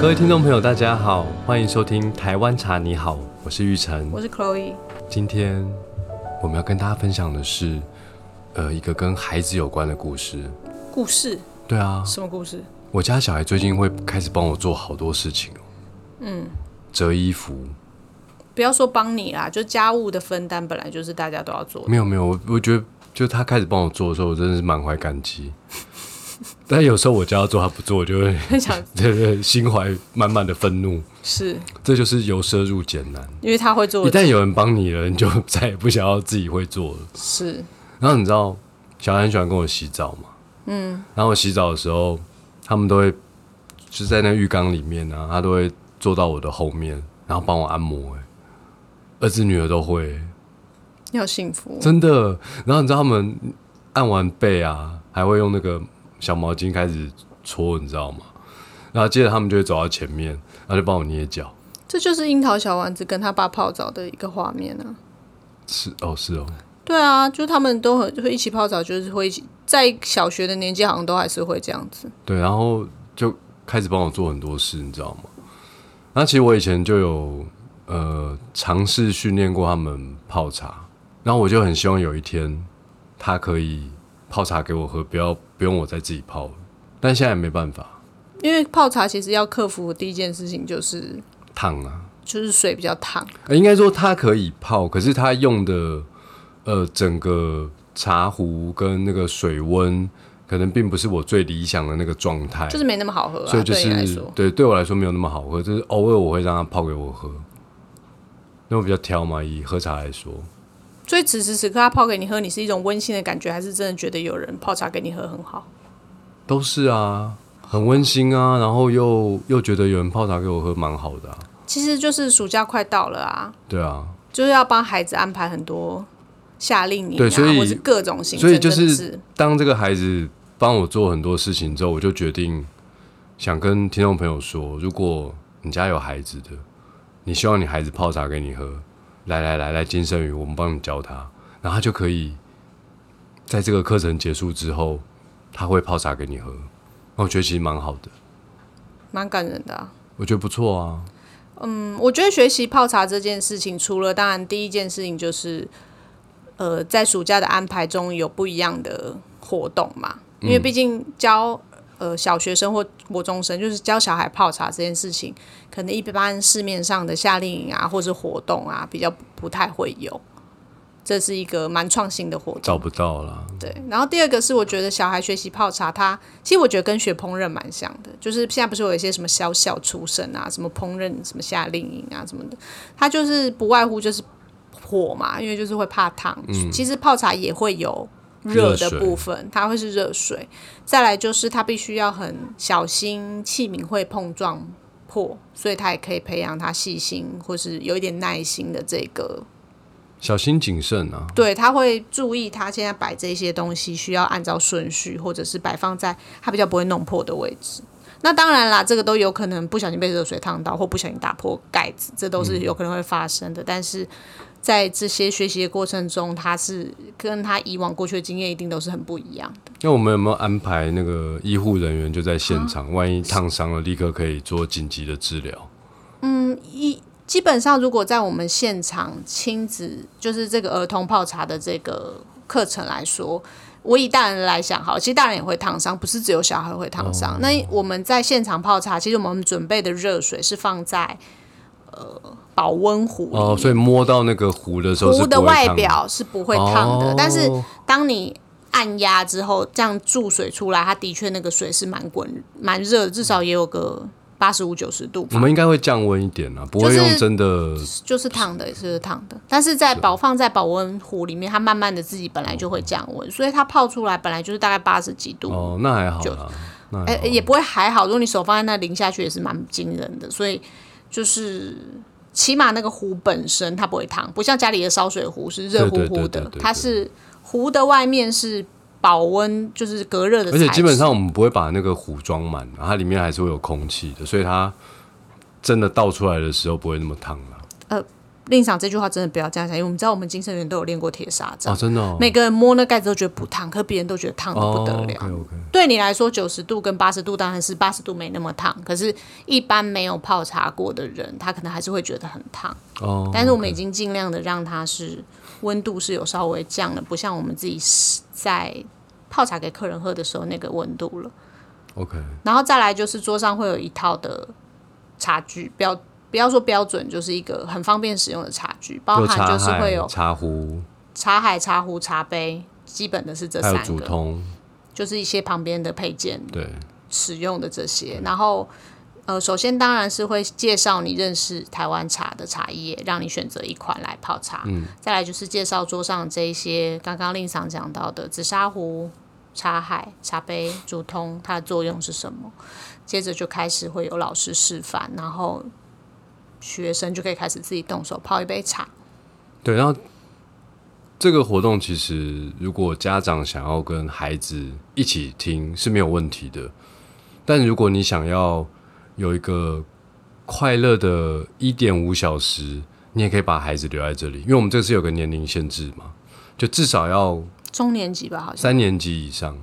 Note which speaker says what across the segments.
Speaker 1: 各位听众朋友，大家好，欢迎收听《台湾茶你好》，我是玉成。
Speaker 2: 我是 Chloe，
Speaker 1: 今天我们要跟大家分享的是，呃，一个跟孩子有关的故事。
Speaker 2: 故事
Speaker 1: 对啊，
Speaker 2: 什么故事？
Speaker 1: 我家小孩最近会开始帮我做好多事情哦。嗯，折衣服，
Speaker 2: 不要说帮你啦，就家务的分担本来就是大家都要做的。
Speaker 1: 没有没有，我我觉得就他开始帮我做的时候，我真的是满怀感激。但有时候我叫他做，他不做，我就会
Speaker 2: 很 想
Speaker 1: 对对心怀满满的愤怒。
Speaker 2: 是
Speaker 1: 这就是由奢入俭难。
Speaker 2: 因为他会
Speaker 1: 一
Speaker 2: 做的
Speaker 1: 旦有人帮你了，你就再也不想要自己会做了。
Speaker 2: 是
Speaker 1: 然后你知道，小孩很喜欢跟我洗澡嘛，嗯，然后我洗澡的时候，他们都会就在那浴缸里面啊，他都会坐到我的后面，然后帮我按摩、欸。儿子女儿都会、欸
Speaker 2: 要幸福，
Speaker 1: 真的。然后你知道他们按完背啊，还会用那个小毛巾开始搓，你知道吗？然后接着他们就会走到前面，然后就帮我捏脚。
Speaker 2: 这就是樱桃小丸子跟他爸泡澡的一个画面啊。
Speaker 1: 是哦，是哦，
Speaker 2: 对啊，就是他们都很会一起泡澡，就是会一起在小学的年纪，好像都还是会这样子。
Speaker 1: 对，然后就开始帮我做很多事，你知道吗？那其实我以前就有呃尝试训练过他们泡茶，然后我就很希望有一天他可以泡茶给我喝，不要不用我再自己泡了。但现在也没办法，
Speaker 2: 因为泡茶其实要克服的第一件事情就是
Speaker 1: 烫啊，
Speaker 2: 就是水比较烫，
Speaker 1: 呃应该说它可以泡，可是它用的呃整个茶壶跟那个水温，可能并不是我最理想的那个状态，
Speaker 2: 就是没那么好喝啊。
Speaker 1: 所以就
Speaker 2: 对你来
Speaker 1: 是
Speaker 2: 说，
Speaker 1: 对对我来说没有那么好喝，就是偶尔我会让它泡给我喝，因为我比较挑嘛，以喝茶来说，
Speaker 2: 所以此时此刻他泡给你喝，你是一种温馨的感觉，还是真的觉得有人泡茶给你喝很好？
Speaker 1: 都是啊，很温馨啊，然后又又觉得有人泡茶给我喝蛮好的、啊，
Speaker 2: 其实就是暑假快到了啊，
Speaker 1: 对啊，
Speaker 2: 就是要帮孩子安排很多夏令营、啊，
Speaker 1: 对所以
Speaker 2: 或是各种行
Speaker 1: 所
Speaker 2: 程
Speaker 1: 以就
Speaker 2: 政
Speaker 1: 是
Speaker 2: 治，
Speaker 1: 当这个孩子帮我做很多事情之后，我就决定想跟听众朋友说，如果你家有孩子的，你希望你孩子泡茶给你喝，来来来来金圣宇，我们帮你教他，然后他就可以在这个课程结束之后，他会泡茶给你喝。那我觉得其实蛮好的，
Speaker 2: 蛮感人的、啊。
Speaker 1: 我觉得不错啊。
Speaker 2: 嗯，我觉得学习泡茶这件事情，除了当然第一件事情就是，呃，在暑假的安排中有不一样的活动嘛，
Speaker 1: 嗯
Speaker 2: 因为毕竟教呃小学生或国中生，就是教小孩泡茶这件事情，可能一般市面上的夏令营啊或是活动啊比较不不太会有，这是一个蛮创新的活动。
Speaker 1: 找不到啦，
Speaker 2: 对，然后第二个是我觉得小孩学习泡茶，他其实我觉得跟学烹饪蛮像的，就是现在不是有一些什么小小厨神啊，什么烹饪什么夏令营啊什么的，他就是不外乎就是火嘛，因为就是会怕烫。其实泡茶也会有热
Speaker 1: 热
Speaker 2: 的
Speaker 1: 水
Speaker 2: 部分，它会是热水。再来就是它必须要很小心器皿会碰撞破，所以它也可以培养他细心或是有一点耐心的这个
Speaker 1: 小心谨慎啊。
Speaker 2: 对，他会注意他现在摆这些东西需要按照顺序，或者是摆放在他比较不会弄破的位置。那当然啦，这个都有可能不小心被热水烫到，或不小心打破盖子，这都是有可能会发生的。但是在这些学习的过程中，他是跟他以往过去的经验一定都是很不一样的。
Speaker 1: 那我们有没有安排那个医护人员就在现场，万一烫伤了，立刻可以做紧急的治疗？
Speaker 2: 一基本上，如果在我们现场亲子就是这个儿童泡茶的这个课程来说，我以大人来想好，其实大人也会烫伤，不是只有小孩会烫
Speaker 1: 哦
Speaker 2: 伤。那我们在现场泡茶，其实我们准备的热水是放在呃保温壶里面
Speaker 1: 哦，所以摸到那个壶的时候是
Speaker 2: 壶的
Speaker 1: 不会
Speaker 2: 外
Speaker 1: 烫
Speaker 2: 表是不会烫的，
Speaker 1: 哦
Speaker 2: 但是当你按压之后，这样注水出来，它的确那个水是蛮滚、蛮热的，至少也有个八十五、九十度吧。
Speaker 1: 我们应该会降温一点啦，不会
Speaker 2: 就是
Speaker 1: 用真的
Speaker 2: 就是烫的，是烫的，但是在保放在保温壶里面，它慢慢的自己本来就会降温，所以它泡出来本来就是大概八十几度，
Speaker 1: 哦，那还好啦。那
Speaker 2: 哎、
Speaker 1: 还好
Speaker 2: 也不会还好。如果你手放在那淋下去也是蛮惊人的，所以就是起码那个壶本身它不会烫，不像家里的烧水壶是热乎
Speaker 1: 对对
Speaker 2: 乎
Speaker 1: 对对
Speaker 2: 的
Speaker 1: 对，对
Speaker 2: 它是壶的外面是保温，就是隔热的材
Speaker 1: 而
Speaker 2: 质，
Speaker 1: 且基本上我们不会把那个壶装满，它里面还是会有空气的，所以它真的倒出来的时候不会那么烫啦。
Speaker 2: 令赏这句话真的不要这样想，因为我们知道我们金生员都有练过铁砂掌，
Speaker 1: 哦，真的、哦，
Speaker 2: 每个人摸那盖子都觉得不烫，可别人都觉得烫的不得了。
Speaker 1: OK OK，
Speaker 2: 对你来说，九十度跟八十度当然是八十度没那么烫，可是，一般没有泡茶过的人，他可能还是会觉得很烫。
Speaker 1: 哦，
Speaker 2: 但是我们已经尽量的让它是温度是有稍微降了，不像我们自己是在泡茶给客人喝的时候那个温度了。
Speaker 1: OK，
Speaker 2: 然后再来就是桌上会有一套的茶具标，不要说标准，就是一个很方便使用的茶具，包
Speaker 1: 有
Speaker 2: 含
Speaker 1: 茶
Speaker 2: 就是会
Speaker 1: 海、
Speaker 2: 有
Speaker 1: 茶壶，
Speaker 2: 茶海、茶壶、茶杯，基本的是这
Speaker 1: 还有
Speaker 2: 三
Speaker 1: 竹
Speaker 2: 个，
Speaker 1: 通，
Speaker 2: 就是一些旁边的配件
Speaker 1: 对，
Speaker 2: 使用的这些。然后，呃，首先当然是会介绍你认识台湾茶的茶叶，让你选择一款来泡茶。嗯，再来就是介绍桌上这一些刚刚令赏讲到的紫砂壶、茶海、茶杯、竹通，它的作用是什么。接着就开始会有老师示范，然后学生就可以开始自己动手泡一杯茶。
Speaker 1: 对，然后这个活动其实如果家长想要跟孩子一起听是没有问题的，但如果你想要有一个快乐的一点五小时，你也可以把孩子留在这里，因为我们这次有个年龄限制嘛，就至少要
Speaker 2: 中年级吧，好像
Speaker 1: 三年级以上，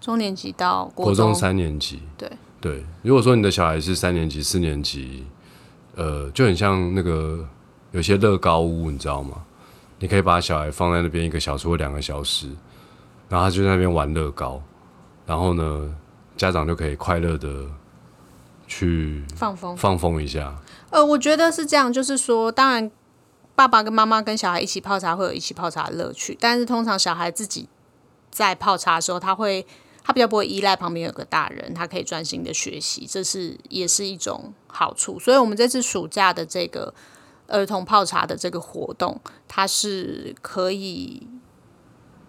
Speaker 2: 中年级到
Speaker 1: 国
Speaker 2: 国
Speaker 1: 中
Speaker 2: 中
Speaker 1: 三年级。
Speaker 2: 对
Speaker 1: 对，如果说你的小孩是三年级、四年级，呃，就很像那个有些乐高屋，你知道吗？你可以把小孩放在那边一个小时或两个小时，然后他就在那边玩乐高，然后呢，家长就可以快乐的去
Speaker 2: 放风。
Speaker 1: 放风一下。
Speaker 2: 呃，我觉得是这样，就是说，当然，爸爸跟妈妈跟小孩一起泡茶会有一起泡茶的乐趣，但是通常小孩自己在泡茶的时候，他会他比较不会依赖旁边有个大人，他可以专心的学习，这是也是一种好处。所以，我们这次暑假的这个儿童泡茶的这个活动，它是可以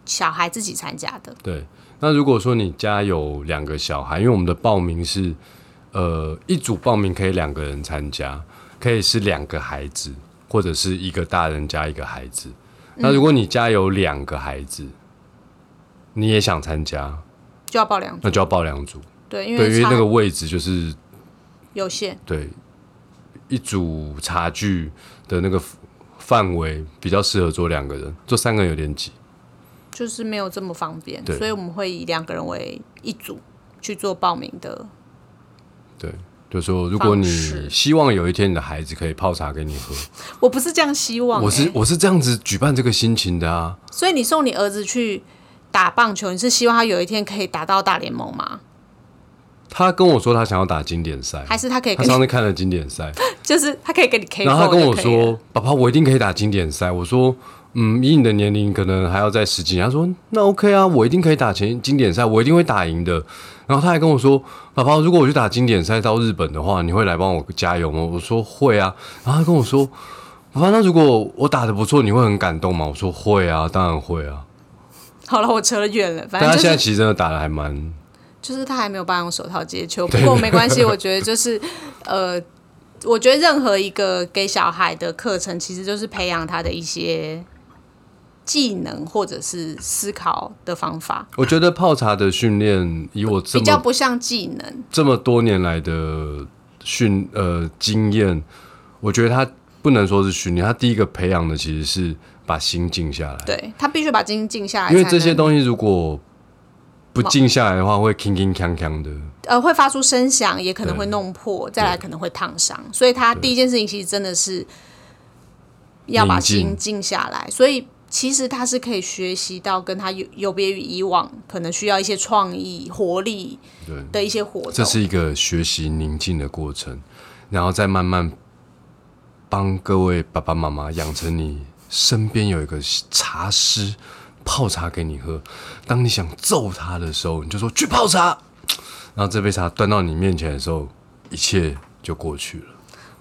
Speaker 2: 小孩自己参加的。
Speaker 1: 对，那如果说你家有两个小孩，因为我们的报名是，呃，一组报名可以两个人参加，可以是两个孩子，或者是一个大人加一个孩子。
Speaker 2: 嗯
Speaker 1: 那如果你家有两个孩子，你也想参加，
Speaker 2: 就要报两组，
Speaker 1: 那就要报两组，
Speaker 2: 对，因
Speaker 1: 对，因为
Speaker 2: 为
Speaker 1: 那个
Speaker 2: 差
Speaker 1: 位置就是
Speaker 2: 有限，
Speaker 1: 对一组茶具的那个范围比较适合做两个人，做三个人有点挤。
Speaker 2: 就是没有这么方便，
Speaker 1: 对
Speaker 2: 所以我们会以两个人为一组去做报名的。
Speaker 1: 就说如果你
Speaker 2: 方式
Speaker 1: 希望有一天你的孩子可以泡茶给你喝，
Speaker 2: 我不是这样希望、
Speaker 1: 我是
Speaker 2: 欸
Speaker 1: 我是这样子举办这个心情的啊，
Speaker 2: 所以你送你儿子去打棒球，你是希望他有一天可以打到大联盟吗？
Speaker 1: 他跟我说他想要打经典赛，
Speaker 2: 还是他可以
Speaker 1: 他
Speaker 2: 跟
Speaker 1: 上
Speaker 2: 你，
Speaker 1: 次看了经典 赛，
Speaker 2: 就是他可以跟你 K？
Speaker 1: 然后他跟我
Speaker 2: four 就可以了，啊
Speaker 1: 说：“爸爸，我一定可以打经典赛。”我说：“嗯，以你的年龄，可能还要再十几年。”他说：“那 OK 啊，我一定可以打前经典赛，我一定会打赢的。”然后他还跟我说：“爸爸，如果我去打经典赛到日本的话，你会来帮我加油吗？”我说：“会啊。”然后他跟我说：“爸爸，那如果我打的不错，你会很感动吗？”我说：“会啊，当然会啊。
Speaker 2: 好了，我扯得远了，”反
Speaker 1: 但他
Speaker 2: 正就
Speaker 1: 现在
Speaker 2: 是
Speaker 1: 其实真的打的还蛮
Speaker 2: 就是他还没有办法用手套接球，不过没关系，我觉得就是呃，我觉得任何一个给小孩的课程，其实就是培养他的一些技能或者是思考的方法，
Speaker 1: 我觉得泡茶的训练，以我这
Speaker 2: 比较
Speaker 1: 么
Speaker 2: 不像技能。
Speaker 1: 这么多年来的训呃经验，我觉得它不能说是训练，它第一个培养的其实是把心静下来，
Speaker 2: 对他必须把精静下来才
Speaker 1: 因为
Speaker 2: 能，
Speaker 1: 这些东西如果不静下来的话，会铿铿锵锵的。
Speaker 2: 呃会发出声响，也可能
Speaker 1: 对
Speaker 2: 会弄破，再来可能会烫伤。所以他第一件事情其实真的是要把
Speaker 1: 宁静
Speaker 2: 心静下来。所以其实他是可以学习到跟他有有别于以往，可能需要一些创意、活力
Speaker 1: 对
Speaker 2: 的一些活动。
Speaker 1: 这是一个学习宁静的过程，然后再慢慢帮各位爸爸妈妈养成你身边有一个茶师泡茶给你喝。当你想揍他的时候，你就说去泡茶，然后这杯茶端到你面前的时候，一切就过去了。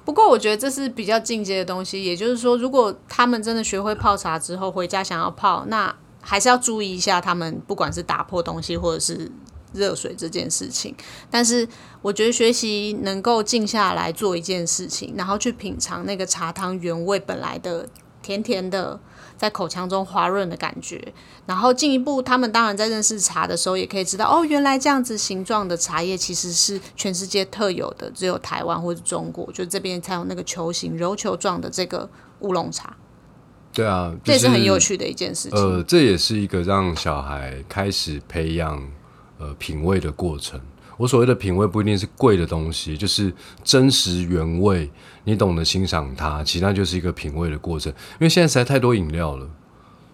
Speaker 2: 不过我觉得这是比较进阶的东西，也就是说，如果他们真的学会泡茶之后，回家想要泡，那还是要注意一下他们不管是打破东西或者是热水这件事情。但是我觉得学习能够静下来做一件事情，然后去品尝那个茶汤原味本来的甜甜的。在口腔中滑润的感觉，然后进一步，他们当然在认识茶的时候，也可以知道哦，原来这样子形状的茶叶其实是全世界特有的，只有台湾或者中国，就这边才有那个球形、柔球状的这个乌龙茶，
Speaker 1: 对啊，
Speaker 2: 这也
Speaker 1: 嗯就是
Speaker 2: 很有。趣的一件事情。
Speaker 1: 呃，这也是一个让小孩开始培养呃品味的过程。我所谓的品味不一定是贵的东西，就是真实原味，你懂得欣赏它，其实那就是一个品味的过程。因为现在实在太多饮料了，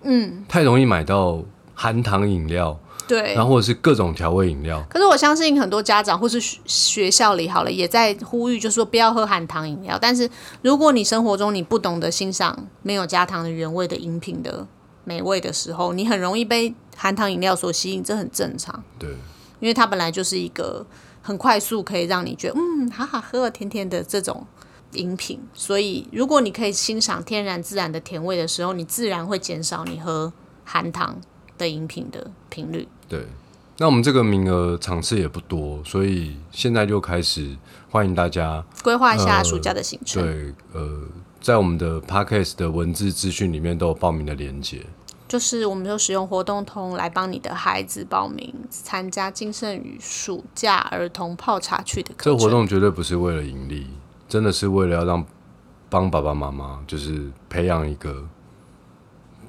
Speaker 1: 嗯，太容易买到含糖饮料，
Speaker 2: 对，
Speaker 1: 然后或者是各种调味饮料。
Speaker 2: 可是我相信很多家长或是学学校里好了，也在呼吁，就是说不要喝含糖饮料。但是如果你生活中你不懂得欣赏没有加糖的原味的饮品的美味的时候，你很容易被含糖饮料所吸引，这很正常，
Speaker 1: 对，
Speaker 2: 因为它本来就是一个很快速可以让你觉得嗯好好喝甜甜的这种。饮品，所以如果你可以欣赏天然自然的甜味的时候，你自然会减少你喝含糖的饮品的频率。
Speaker 1: 对，那我们这个名额场次也不多，所以现在就开始欢迎大家
Speaker 2: 规划一下
Speaker 1: 呃
Speaker 2: 暑假的行程。
Speaker 1: 对呃，在我们的 podcast 的文字资讯里面都有报名的连接。
Speaker 2: 就是我们就使用活动通来帮你的孩子报名参加金圣宇暑假儿童泡茶去的
Speaker 1: 这
Speaker 2: 课程。
Speaker 1: 活动绝对不是为了盈利，真的是为了要让帮爸爸妈妈就是培养一个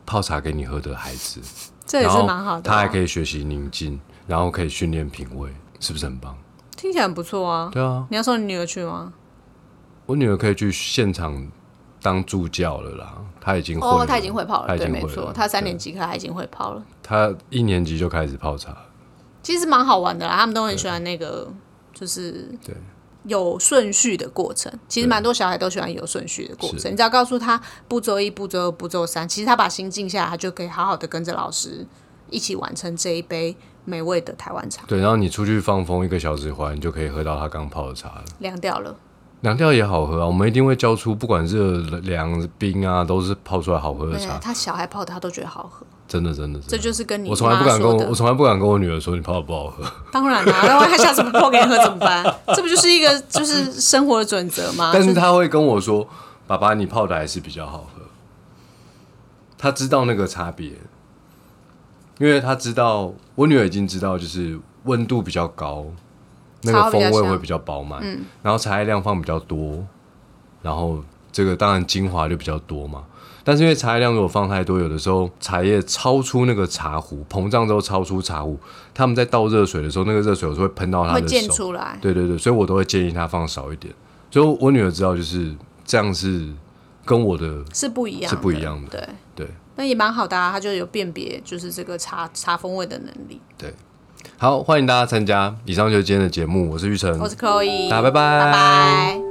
Speaker 1: 泡茶给你喝的孩子，
Speaker 2: 这也
Speaker 1: 然
Speaker 2: 是
Speaker 1: 后
Speaker 2: 蛮好的、啊
Speaker 1: 他还可
Speaker 2: 以
Speaker 1: 以学习宁静，然后可以训练品味，是不是很棒？
Speaker 2: 听起来很不错啊。
Speaker 1: 对啊，
Speaker 2: 你要送你女儿去吗？
Speaker 1: 我女儿可以去现场当助教了啦，她已经会了，
Speaker 2: 哦，她已经会泡
Speaker 1: 她
Speaker 2: 了，
Speaker 1: 已
Speaker 2: 对，
Speaker 1: 经
Speaker 2: 没
Speaker 1: 会
Speaker 2: 错
Speaker 1: 了，
Speaker 2: 她三
Speaker 1: 对
Speaker 2: 年级她已经会泡了，
Speaker 1: 她一年级就开始泡茶，
Speaker 2: 其实蛮好玩的啦。他们都很喜欢那个，就是
Speaker 1: 对
Speaker 2: 有顺序的过程。其实蛮多小孩都喜欢有顺序的过程。你只要告诉他步骤一、步骤二、步骤三，其实他把心静下来，他就可以好好的跟着老师一起完成这一杯美味的台湾茶。
Speaker 1: 对，然后你出去放风一个小时回来，你就可以喝到她刚泡的茶了。
Speaker 2: 凉掉了。
Speaker 1: 凉掉也好喝啊，我们一定会教出不管热凉冰啊，都是泡出来好喝的
Speaker 2: 对啊
Speaker 1: 茶，，
Speaker 2: 哎他小孩泡的他都觉得好喝，
Speaker 1: 真的真的
Speaker 2: 这
Speaker 1: 真的。
Speaker 2: 就是跟你
Speaker 1: 我从来
Speaker 2: 妈
Speaker 1: 不敢跟
Speaker 2: 说
Speaker 1: 我
Speaker 2: 的啊
Speaker 1: 我从来不敢跟我女儿说你泡的不好喝，
Speaker 2: 当然啦、那万一他下次不泡给你喝怎么办？ 这不就是一个就是生活的准则吗？
Speaker 1: 但是她会跟我说，爸爸你泡的还是比较好喝。她知道那个差别，因为她知道我女儿已经知道，就是温度比较高，那
Speaker 2: 茶
Speaker 1: 个
Speaker 2: 会
Speaker 1: 风
Speaker 2: 比较
Speaker 1: 味
Speaker 2: 香嗯
Speaker 1: 会比较饱满，然后茶叶量放比较多，然后这个当然精华就比较多嘛。但是因为茶叶量如果放太多，有的时候茶叶超出那个茶壶膨胀之后超出茶壶，他们在倒热水的时候，那个热水有时候会喷到他
Speaker 2: 会
Speaker 1: 的
Speaker 2: 溅
Speaker 1: 手。
Speaker 2: 出来。
Speaker 1: 对对对，所以我都会建议他放少一点。所以我女儿知道就是这样是跟我的
Speaker 2: 是不一样，
Speaker 1: 是不一样的
Speaker 2: 对
Speaker 1: 对。
Speaker 2: 那也蛮好的啊，他就有辨别就是这个茶茶风味的能力。
Speaker 1: 好，欢迎大家参加。以上就是今天的节目，我是玉成，
Speaker 2: 我是 Chloe，
Speaker 1: 大家拜拜
Speaker 2: 拜拜。